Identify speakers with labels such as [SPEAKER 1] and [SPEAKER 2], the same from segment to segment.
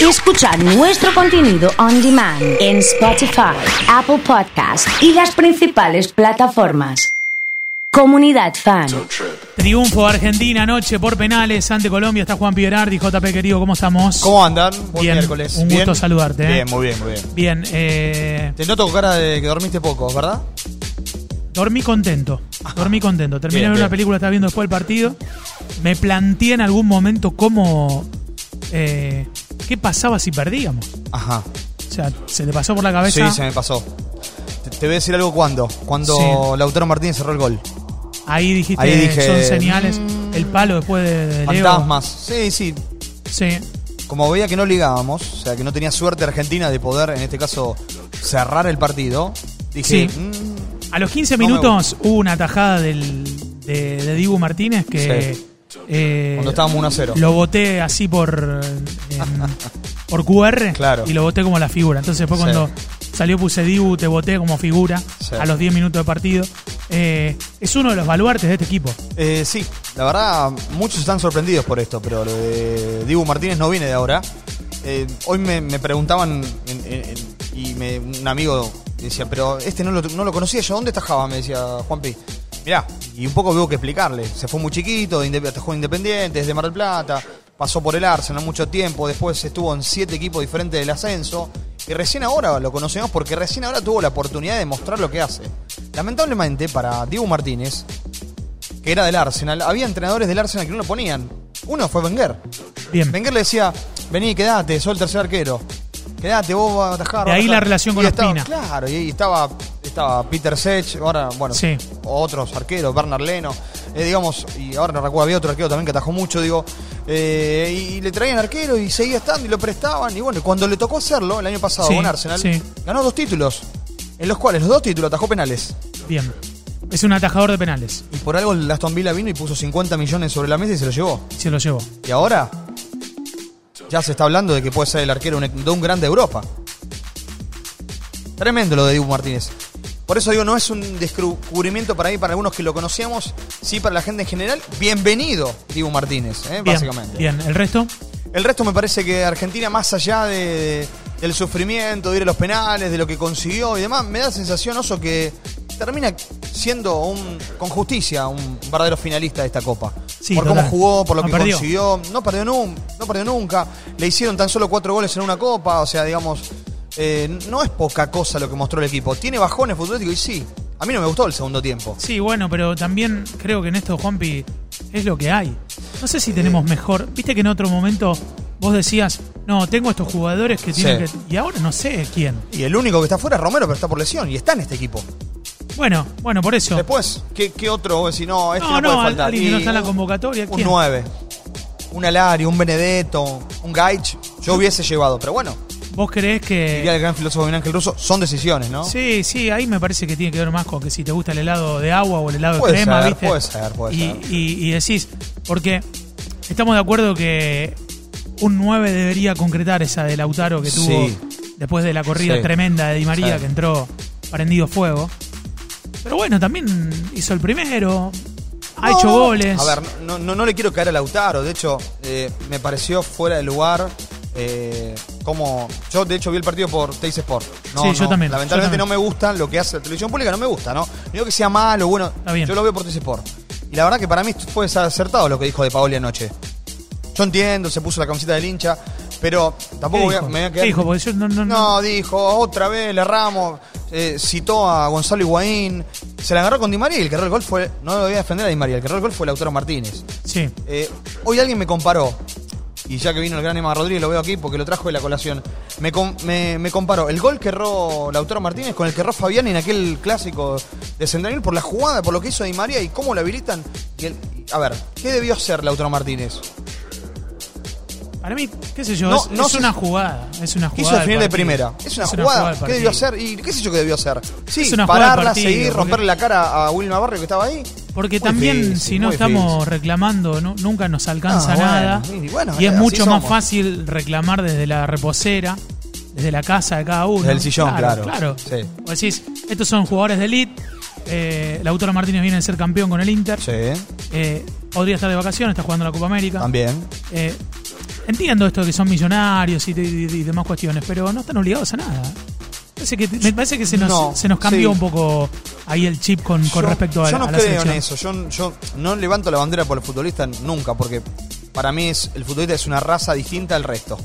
[SPEAKER 1] y escuchar nuestro contenido on demand en Spotify, Apple Podcast y las principales plataformas. Comunidad Fan.
[SPEAKER 2] Triunfo Argentina anoche por penales ante Colombia. Está Juan Pierardi, JP querido, ¿cómo estamos?
[SPEAKER 3] ¿Cómo andan? Buen
[SPEAKER 2] Bien,
[SPEAKER 3] miércoles.
[SPEAKER 2] un gusto saludarte, ¿eh?
[SPEAKER 3] Bien, muy bien, muy bien.
[SPEAKER 2] Bien, eh,
[SPEAKER 3] Te noto con cara de que dormiste poco, ¿verdad?
[SPEAKER 2] dormí contento. Dormí contento. Terminé
[SPEAKER 3] Bien,
[SPEAKER 2] de ver una
[SPEAKER 3] bien.
[SPEAKER 2] película, estaba viendo después del partido. Me planteé en algún momento cómo. eh, ¿Qué pasaba si perdíamos?
[SPEAKER 3] Ajá.
[SPEAKER 2] O sea, se te pasó por la
[SPEAKER 3] Sí,
[SPEAKER 2] cabeza.
[SPEAKER 3] se me pasó. Te, te voy a decir algo cuando. Cuando
[SPEAKER 2] Sí.
[SPEAKER 3] Lautaro Martínez cerró el gol.
[SPEAKER 2] Ahí dijiste,
[SPEAKER 3] Ahí dije,
[SPEAKER 2] son señales. El palo después de, de Leo.
[SPEAKER 3] Fantasmas. Sí, sí.
[SPEAKER 2] Sí.
[SPEAKER 3] Como veía que no ligábamos, o sea, que no tenía suerte Argentina de poder, en este caso, cerrar el partido, dije.
[SPEAKER 2] Sí.
[SPEAKER 3] mm,
[SPEAKER 2] A los 15
[SPEAKER 3] No me
[SPEAKER 2] minutos hubo una tajada del, de, de Dibu Martínez que.
[SPEAKER 3] Sí.
[SPEAKER 2] eh,
[SPEAKER 3] cuando estábamos 1 a 0.
[SPEAKER 2] Lo voté así por en- por QR
[SPEAKER 3] Claro.
[SPEAKER 2] y lo voté como la figura. Entonces fue
[SPEAKER 3] Sí.
[SPEAKER 2] cuando salió puse Dibu, te voté como figura
[SPEAKER 3] Sí.
[SPEAKER 2] a los 10 minutos de partido. Eh, es uno de los baluartes de este equipo.
[SPEAKER 3] Eh, sí, la verdad, muchos están sorprendidos por esto, pero lo de Dibu Martínez no viene de ahora. Eh, hoy me, me preguntaban en- en- en- y me- un amigo decía, pero este no lo, no lo conocía yo, ¿dónde está Java? Me decía Juanpi. Mirá, y un poco hubo que explicarle. Se fue muy chiquito, de Inde- atajó en Independiente, desde Mar del Plata, pasó por el Arsenal mucho tiempo, después estuvo en siete equipos diferentes del ascenso. Y recién ahora lo conocemos porque recién ahora tuvo la oportunidad de mostrar lo que hace. Lamentablemente para Dibu Martínez, que era del Arsenal, había entrenadores del Arsenal que no lo ponían. Uno fue Wenger.
[SPEAKER 2] Bien.
[SPEAKER 3] Wenger le decía, vení, quedate, soy el tercer arquero. Quedate, vos vas a atajar.
[SPEAKER 2] De
[SPEAKER 3] vas a
[SPEAKER 2] ahí la
[SPEAKER 3] atajar".
[SPEAKER 2] relación con
[SPEAKER 3] Y estaba-
[SPEAKER 2] Ospina.
[SPEAKER 3] Claro, y, y estaba, estaba Peter Sech, ahora, bueno,
[SPEAKER 2] Sí.
[SPEAKER 3] otros arqueros, Bernard Leno, eh, digamos, y ahora no recuerdo, había otro arquero también que atajó mucho, digo, eh, y, y le traían arquero y seguía estando y lo prestaban. Y bueno, cuando le tocó hacerlo el año pasado
[SPEAKER 2] Sí,
[SPEAKER 3] con Arsenal,
[SPEAKER 2] sí.
[SPEAKER 3] ganó dos títulos, en los cuales los dos títulos atajó penales.
[SPEAKER 2] Bien. Es un atajador de penales.
[SPEAKER 3] Y por algo el Aston Villa vino y puso 50 millones sobre la mesa y se lo llevó.
[SPEAKER 2] Se lo llevó.
[SPEAKER 3] Y ahora ya se está hablando de que puede ser el arquero de un grande de Europa. Tremendo lo de Dibu Martínez. Por eso digo, no es un descubrimiento para mí, para algunos que lo conocíamos, sí para la gente en general. Bienvenido, Dibu Martínez, ¿eh?
[SPEAKER 2] Bien,
[SPEAKER 3] básicamente.
[SPEAKER 2] Bien. El resto,
[SPEAKER 3] El resto me parece que Argentina, más allá de- del sufrimiento, de ir a los penales, de lo que consiguió y demás, me da la sensación, Oso, que termina siendo un, con justicia un verdadero finalista de esta Copa.
[SPEAKER 2] Sí,
[SPEAKER 3] por
[SPEAKER 2] total.
[SPEAKER 3] cómo jugó, por lo
[SPEAKER 2] No
[SPEAKER 3] que
[SPEAKER 2] perdió.
[SPEAKER 3] consiguió. No perdió, nun- no perdió nunca. Le hicieron tan solo cuatro goles en una Copa. O sea, digamos, eh, no es poca cosa lo que mostró el equipo. Tiene bajones futbolísticos y sí. A mí no me gustó el segundo tiempo.
[SPEAKER 2] sí, bueno, pero también creo que en esto, Juanpi, es lo que hay. No sé si tenemos mejor. Viste que en otro momento vos decías, no, tengo estos jugadores que tienen
[SPEAKER 3] Sí.
[SPEAKER 2] que. Y ahora no sé quién.
[SPEAKER 3] Y el único que está fuera es Romero, pero está por lesión y está en este equipo.
[SPEAKER 2] Bueno, bueno, por eso.
[SPEAKER 3] Después, ¿qué, qué otro? Vos decís, no, este
[SPEAKER 2] No,
[SPEAKER 3] no,
[SPEAKER 2] no,
[SPEAKER 3] puede faltar.
[SPEAKER 2] alguien que no
[SPEAKER 3] Y
[SPEAKER 2] está en la
[SPEAKER 3] un-
[SPEAKER 2] convocatoria,
[SPEAKER 3] Un
[SPEAKER 2] ¿quién?
[SPEAKER 3] 9. Un Alario, un Benedetto, un Gaich. Yo hubiese llevado, pero bueno,
[SPEAKER 2] ¿Vos creés
[SPEAKER 3] diría
[SPEAKER 2] que.?
[SPEAKER 3] el gran filósofo Miguel Ángel Russo, son decisiones, ¿no?
[SPEAKER 2] Sí, sí, ahí me parece que tiene que ver más con que si te gusta el helado de agua o el helado
[SPEAKER 3] Puede
[SPEAKER 2] de crema,
[SPEAKER 3] ser,
[SPEAKER 2] ¿viste?
[SPEAKER 3] puede ser, puede
[SPEAKER 2] y,
[SPEAKER 3] ser.
[SPEAKER 2] Y, y decís, porque estamos de acuerdo que un 9 debería concretar esa de Lautaro que tuvo
[SPEAKER 3] Sí.
[SPEAKER 2] después de la corrida
[SPEAKER 3] Sí.
[SPEAKER 2] tremenda de Di María
[SPEAKER 3] Sí.
[SPEAKER 2] que entró prendido fuego. Pero bueno, también hizo el primero, ha
[SPEAKER 3] No,
[SPEAKER 2] hecho goles.
[SPEAKER 3] A ver, no, no, no le quiero caer a Lautaro. De hecho, eh, me pareció fuera de lugar. eh, como yo de hecho vi el partido por Teis Sport No,
[SPEAKER 2] Sí, yo
[SPEAKER 3] no,
[SPEAKER 2] también,
[SPEAKER 3] lamentablemente
[SPEAKER 2] yo también.
[SPEAKER 3] no me gusta lo que hace la televisión pública no me gusta no no digo que sea malo bueno
[SPEAKER 2] bien.
[SPEAKER 3] yo lo veo por Teis Sport y la verdad que para mí fue desacertado lo que dijo de Paoli anoche yo entiendo se puso la camiseta del hincha pero
[SPEAKER 2] ¿Qué
[SPEAKER 3] tampoco voy a-
[SPEAKER 2] dijo?
[SPEAKER 3] me voy a
[SPEAKER 2] ¿Qué
[SPEAKER 3] quedar
[SPEAKER 2] dijo? Porque yo no- no- no-
[SPEAKER 3] no, dijo, otra vez le ramos. citó a Gonzalo Higuaín. Se la agarró con Di María y el que erró el gol fue. No lo voy a defender a Di María, el que erró el gol fue Lautaro Martínez.
[SPEAKER 2] Sí.
[SPEAKER 3] Eh, hoy alguien me comparó. Y ya que vino el gran Emma Rodríguez, lo veo aquí porque lo trajo de la colación. Me, com- me- me comparó el gol que erró Lautaro Martínez con el que erró Fabián en aquel clásico de Centennial por la jugada, por lo que hizo Di María y cómo la habilitan. Y el- a ver, ¿qué debió hacer Lautaro Martínez?
[SPEAKER 2] Para mí, qué sé yo,
[SPEAKER 3] No,
[SPEAKER 2] es,
[SPEAKER 3] no
[SPEAKER 2] es
[SPEAKER 3] sé
[SPEAKER 2] una
[SPEAKER 3] si-
[SPEAKER 2] jugada. Es una
[SPEAKER 3] Quiso
[SPEAKER 2] jugada. del
[SPEAKER 3] definir de
[SPEAKER 2] partido.
[SPEAKER 3] primera. Es una,
[SPEAKER 2] jugada
[SPEAKER 3] jugada.
[SPEAKER 2] del
[SPEAKER 3] ¿Qué
[SPEAKER 2] partido.
[SPEAKER 3] debió hacer? ¿Y qué sé yo que debió hacer? Sí,
[SPEAKER 2] Es una jugada del
[SPEAKER 3] pararla,
[SPEAKER 2] partido,
[SPEAKER 3] seguir,
[SPEAKER 2] porque-
[SPEAKER 3] romperle la cara a Wilma Barrio que estaba ahí.
[SPEAKER 2] Porque
[SPEAKER 3] Muy
[SPEAKER 2] también,
[SPEAKER 3] difícil,
[SPEAKER 2] si no
[SPEAKER 3] muy
[SPEAKER 2] estamos
[SPEAKER 3] difícil.
[SPEAKER 2] reclamando, nu- nunca nos alcanza
[SPEAKER 3] Ah, bueno,
[SPEAKER 2] nada.
[SPEAKER 3] y bueno,
[SPEAKER 2] y es
[SPEAKER 3] así
[SPEAKER 2] mucho más
[SPEAKER 3] somos.
[SPEAKER 2] fácil reclamar desde la reposera, desde la casa de cada uno.
[SPEAKER 3] Desde el sillón, claro,
[SPEAKER 2] Claro.
[SPEAKER 3] sí.
[SPEAKER 2] Vos decís, estos son jugadores de elite. Eh, Lautaro Martínez viene de ser campeón con el Inter.
[SPEAKER 3] Sí,
[SPEAKER 2] Eh, podría estar de vacaciones, está jugando la Copa América.
[SPEAKER 3] también.
[SPEAKER 2] Eh, Entiendo esto de que son millonarios y, de- y de- y demás cuestiones, pero no están obligados a nada. Parece que- me parece que se nos,
[SPEAKER 3] No,
[SPEAKER 2] se nos cambió un
[SPEAKER 3] sí.
[SPEAKER 2] poco ahí el chip con, con
[SPEAKER 3] Yo-
[SPEAKER 2] respecto a,
[SPEAKER 3] Yo
[SPEAKER 2] la-
[SPEAKER 3] no
[SPEAKER 2] a la
[SPEAKER 3] creo en
[SPEAKER 2] selección.
[SPEAKER 3] eso. Yo, yo no levanto la bandera por el futbolista nunca, porque para mí es, el futbolista es una raza distinta al resto.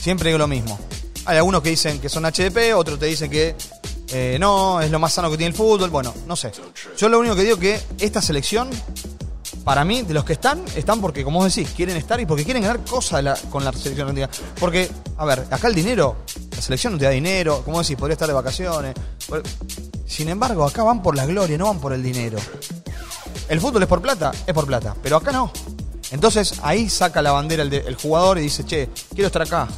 [SPEAKER 3] Siempre digo lo mismo. Hay algunos que dicen que son HDP, otros te dicen que eh, no, es lo más sano que tiene el fútbol. Bueno, no sé. Yo lo único que digo que esta selección, para mí, de los que están, están porque, como vos decís, quieren estar y porque quieren ganar cosas de la- con la selección argentina. Porque, a ver, acá el dinero, la selección no te da dinero, como decís, podría estar de vacaciones. Pod- Sin embargo, acá van por la gloria, no van por el dinero. El fútbol es por plata, es por plata, pero acá no. Entonces ahí saca la bandera el, de- el jugador y dice, che, quiero estar acá.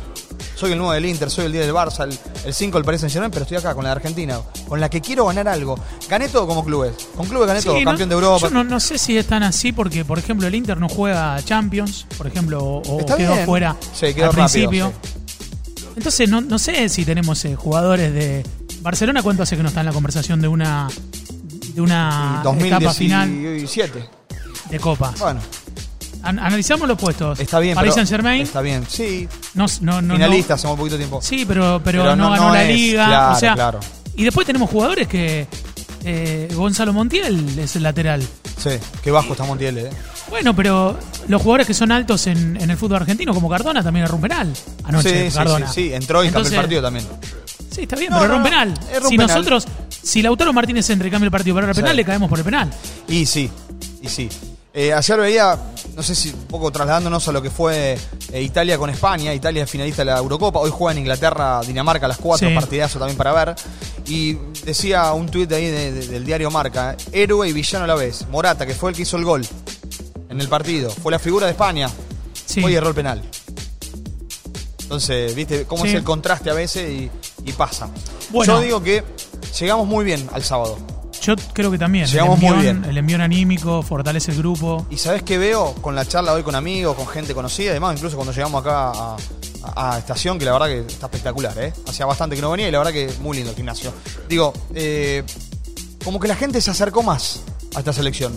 [SPEAKER 3] Soy el 9 del Inter, soy el 10 del Barça, el- el 5 del Paris Saint Germain, pero estoy acá con la de Argentina, con la que quiero ganar algo. Gané todo como clubes. Con clubes gané
[SPEAKER 2] Sí,
[SPEAKER 3] todo,
[SPEAKER 2] no-
[SPEAKER 3] campeón de Europa.
[SPEAKER 2] Yo no, no sé si es tan así porque, por ejemplo, el Inter no juega Champions, por ejemplo, o, o
[SPEAKER 3] Está
[SPEAKER 2] quedó
[SPEAKER 3] bien.
[SPEAKER 2] fuera
[SPEAKER 3] Sí, quedó
[SPEAKER 2] al
[SPEAKER 3] rápido,
[SPEAKER 2] principio. Entonces, no, no sé si tenemos eh, jugadores de Barcelona. ¿Cuánto hace que no está en la conversación de una de una Ah, etapa final
[SPEAKER 3] 2017.
[SPEAKER 2] de Copa?
[SPEAKER 3] Bueno,
[SPEAKER 2] An- analizamos los puestos.
[SPEAKER 3] está bien.
[SPEAKER 2] Paris
[SPEAKER 3] pero-
[SPEAKER 2] Saint Germain
[SPEAKER 3] Está bien, sí.
[SPEAKER 2] no, no, no,
[SPEAKER 3] Finalista, hace muy poquito tiempo.
[SPEAKER 2] no- sí, pero, pero,
[SPEAKER 3] Pero
[SPEAKER 2] no,
[SPEAKER 3] no-
[SPEAKER 2] ganó
[SPEAKER 3] no
[SPEAKER 2] la
[SPEAKER 3] es,
[SPEAKER 2] liga.
[SPEAKER 3] claro,
[SPEAKER 2] o sea,
[SPEAKER 3] claro.
[SPEAKER 2] Y después tenemos jugadores que eh, Gonzalo Montiel es el lateral.
[SPEAKER 3] Sí, qué bajo está Montiel, eh.
[SPEAKER 2] Bueno, pero los jugadores que son altos en, en el fútbol argentino, como Cardona, también erró un penal anoche.
[SPEAKER 3] sí, sí,
[SPEAKER 2] Cardona.
[SPEAKER 3] sí, sí, entró y cambió
[SPEAKER 2] Entonces,
[SPEAKER 3] el partido también.
[SPEAKER 2] Sí, está bien,
[SPEAKER 3] No,
[SPEAKER 2] pero erró un
[SPEAKER 3] no,
[SPEAKER 2] penal.
[SPEAKER 3] no, erró un
[SPEAKER 2] si
[SPEAKER 3] penal.
[SPEAKER 2] nosotros, si Lautaro Martínez entra y cambia el partido para el penal,
[SPEAKER 3] Sí.
[SPEAKER 2] le caemos por el penal.
[SPEAKER 3] Y sí, y sí. Eh, ayer veía, no sé si un poco trasladándonos a lo que fue eh, Italia con España, Italia es finalista de la Eurocopa, hoy juega en Inglaterra, Dinamarca a las 4,
[SPEAKER 2] Sí.
[SPEAKER 3] partidazo también para ver. Y decía un tuit ahí de- de- del diario Marca, eh, héroe y villano a la vez, Morata, que fue el que hizo el gol en el partido, fue la figura de España,
[SPEAKER 2] Sí.
[SPEAKER 3] hoy erró el penal. Entonces, viste cómo es
[SPEAKER 2] Sí.
[SPEAKER 3] el contraste a veces y, y pasa.
[SPEAKER 2] Bueno.
[SPEAKER 3] Yo digo que llegamos muy bien al sábado.
[SPEAKER 2] Yo creo que también.
[SPEAKER 3] Llegamos
[SPEAKER 2] el
[SPEAKER 3] muy
[SPEAKER 2] envión,
[SPEAKER 3] bien.
[SPEAKER 2] El envión anímico fortalece el grupo.
[SPEAKER 3] Y sabes qué veo con la charla hoy con amigos, con gente conocida, además, incluso cuando llegamos acá a, a- a estación, que la verdad que está espectacular, ¿eh? Hacía bastante que no venía y la verdad que muy lindo el gimnasio. Digo, eh, como que la gente se acercó más a esta selección.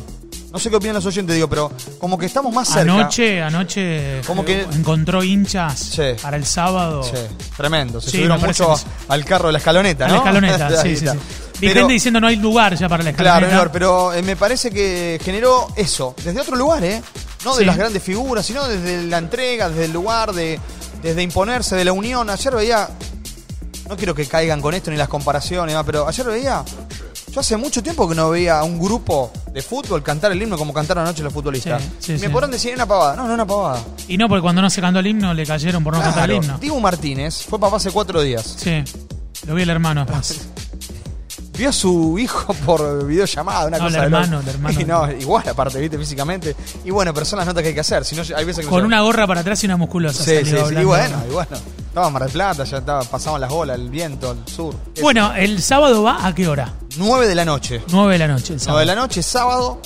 [SPEAKER 3] No sé qué opinan los oyentes, digo, pero como que estamos más cerca.
[SPEAKER 2] Anoche, anoche
[SPEAKER 3] Como que-
[SPEAKER 2] encontró hinchas
[SPEAKER 3] Sí.
[SPEAKER 2] para el sábado.
[SPEAKER 3] Sí, tremendo. Se
[SPEAKER 2] Sí,
[SPEAKER 3] subieron
[SPEAKER 2] me parece
[SPEAKER 3] mucho
[SPEAKER 2] que sí.
[SPEAKER 3] al carro de la escaloneta,
[SPEAKER 2] A
[SPEAKER 3] ¿no?
[SPEAKER 2] la escaloneta,
[SPEAKER 3] Ahí
[SPEAKER 2] sí, sí,
[SPEAKER 3] está.
[SPEAKER 2] sí. Vi
[SPEAKER 3] Pero-
[SPEAKER 2] gente diciendo no hay lugar ya para la
[SPEAKER 3] Claro,
[SPEAKER 2] escaloneta.
[SPEAKER 3] Leonor, pero eh, me parece que generó eso, desde otro lugar, ¿eh? No de
[SPEAKER 2] Sí.
[SPEAKER 3] las grandes figuras, sino desde la entrega, desde el lugar, de, desde imponerse, de la unión. Ayer veía, no quiero que caigan con esto ni las comparaciones, ¿no? pero ayer veía, yo hace mucho tiempo que no veía a un grupo de fútbol cantar el himno como cantaron anoche los futbolistas.
[SPEAKER 2] Sí, sí,
[SPEAKER 3] me
[SPEAKER 2] sí.
[SPEAKER 3] podrán decir "Es una pavada, no, no es una pavada.
[SPEAKER 2] Y no, porque cuando no se cantó el himno le cayeron por no cantar el
[SPEAKER 3] Claro,
[SPEAKER 2] himno.
[SPEAKER 3] Dibu Martínez fue papá hace cuatro días.
[SPEAKER 2] Sí, lo vi el hermano
[SPEAKER 3] Ah,
[SPEAKER 2] después.
[SPEAKER 3] Vio a su hijo por videollamada, una
[SPEAKER 2] No,
[SPEAKER 3] cosa
[SPEAKER 2] el
[SPEAKER 3] de loco.
[SPEAKER 2] hermano, el hermano.
[SPEAKER 3] Y no, igual aparte, viste, físicamente. Y bueno, pero son las notas que hay que hacer. Si no, hay veces que
[SPEAKER 2] Con
[SPEAKER 3] no
[SPEAKER 2] una gorra para atrás y una musculosa.
[SPEAKER 3] Sí,
[SPEAKER 2] salió
[SPEAKER 3] sí, sí. Y
[SPEAKER 2] hablando.
[SPEAKER 3] bueno, y bueno. Estaba en Mar del Plata, ya estaba, pasaban las olas, el viento, el sur.
[SPEAKER 2] Bueno, el sábado va a qué hora?
[SPEAKER 3] 9 de la noche.
[SPEAKER 2] 9 de la noche. El
[SPEAKER 3] 9
[SPEAKER 2] sábado.
[SPEAKER 3] de la noche, sábado.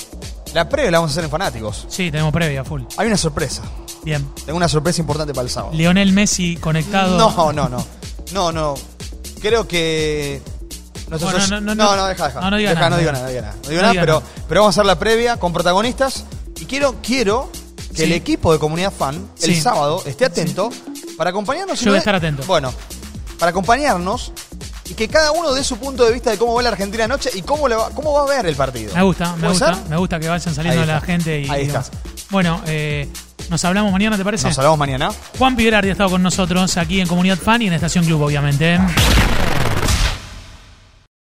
[SPEAKER 3] La previa la vamos a hacer en Fanáticos.
[SPEAKER 2] Sí, tenemos previa, full.
[SPEAKER 3] Hay una sorpresa.
[SPEAKER 2] Bien.
[SPEAKER 3] Tengo una sorpresa importante para el sábado.
[SPEAKER 2] Lionel Messi conectado.
[SPEAKER 3] No, no, no. No, no. Creo que. nuestros
[SPEAKER 2] Bueno,
[SPEAKER 3] oy-
[SPEAKER 2] no, no,
[SPEAKER 3] no,
[SPEAKER 2] no.
[SPEAKER 3] no, deja, deja.
[SPEAKER 2] No, no diga
[SPEAKER 3] Deja,
[SPEAKER 2] nada,
[SPEAKER 3] No digo
[SPEAKER 2] no.
[SPEAKER 3] nada, no diga nada. No digo
[SPEAKER 2] No
[SPEAKER 3] nada,
[SPEAKER 2] diga
[SPEAKER 3] pero,
[SPEAKER 2] nada.
[SPEAKER 3] pero vamos a hacer la previa con protagonistas. Y quiero, quiero que
[SPEAKER 2] Sí.
[SPEAKER 3] el equipo de comunidad fan, el
[SPEAKER 2] Sí.
[SPEAKER 3] sábado, esté atento para acompañarnos.
[SPEAKER 2] Yo
[SPEAKER 3] y no
[SPEAKER 2] voy a
[SPEAKER 3] de-
[SPEAKER 2] estar atento.
[SPEAKER 3] Bueno, para acompañarnos y que cada uno dé su punto de vista de cómo ve la Argentina anoche y cómo, le va, cómo va a ver el partido.
[SPEAKER 2] Me gusta, me
[SPEAKER 3] ¿Puede
[SPEAKER 2] gusta.
[SPEAKER 3] ser?
[SPEAKER 2] Me gusta que vayan saliendo
[SPEAKER 3] Ahí
[SPEAKER 2] la
[SPEAKER 3] está.
[SPEAKER 2] gente y.
[SPEAKER 3] Ahí está.
[SPEAKER 2] demás. Bueno, eh, nos hablamos mañana, ¿te parece?
[SPEAKER 3] Nos hablamos mañana.
[SPEAKER 2] Juan Piberardi ha estado con nosotros aquí en Comunidad Fan y en Estación Club, obviamente.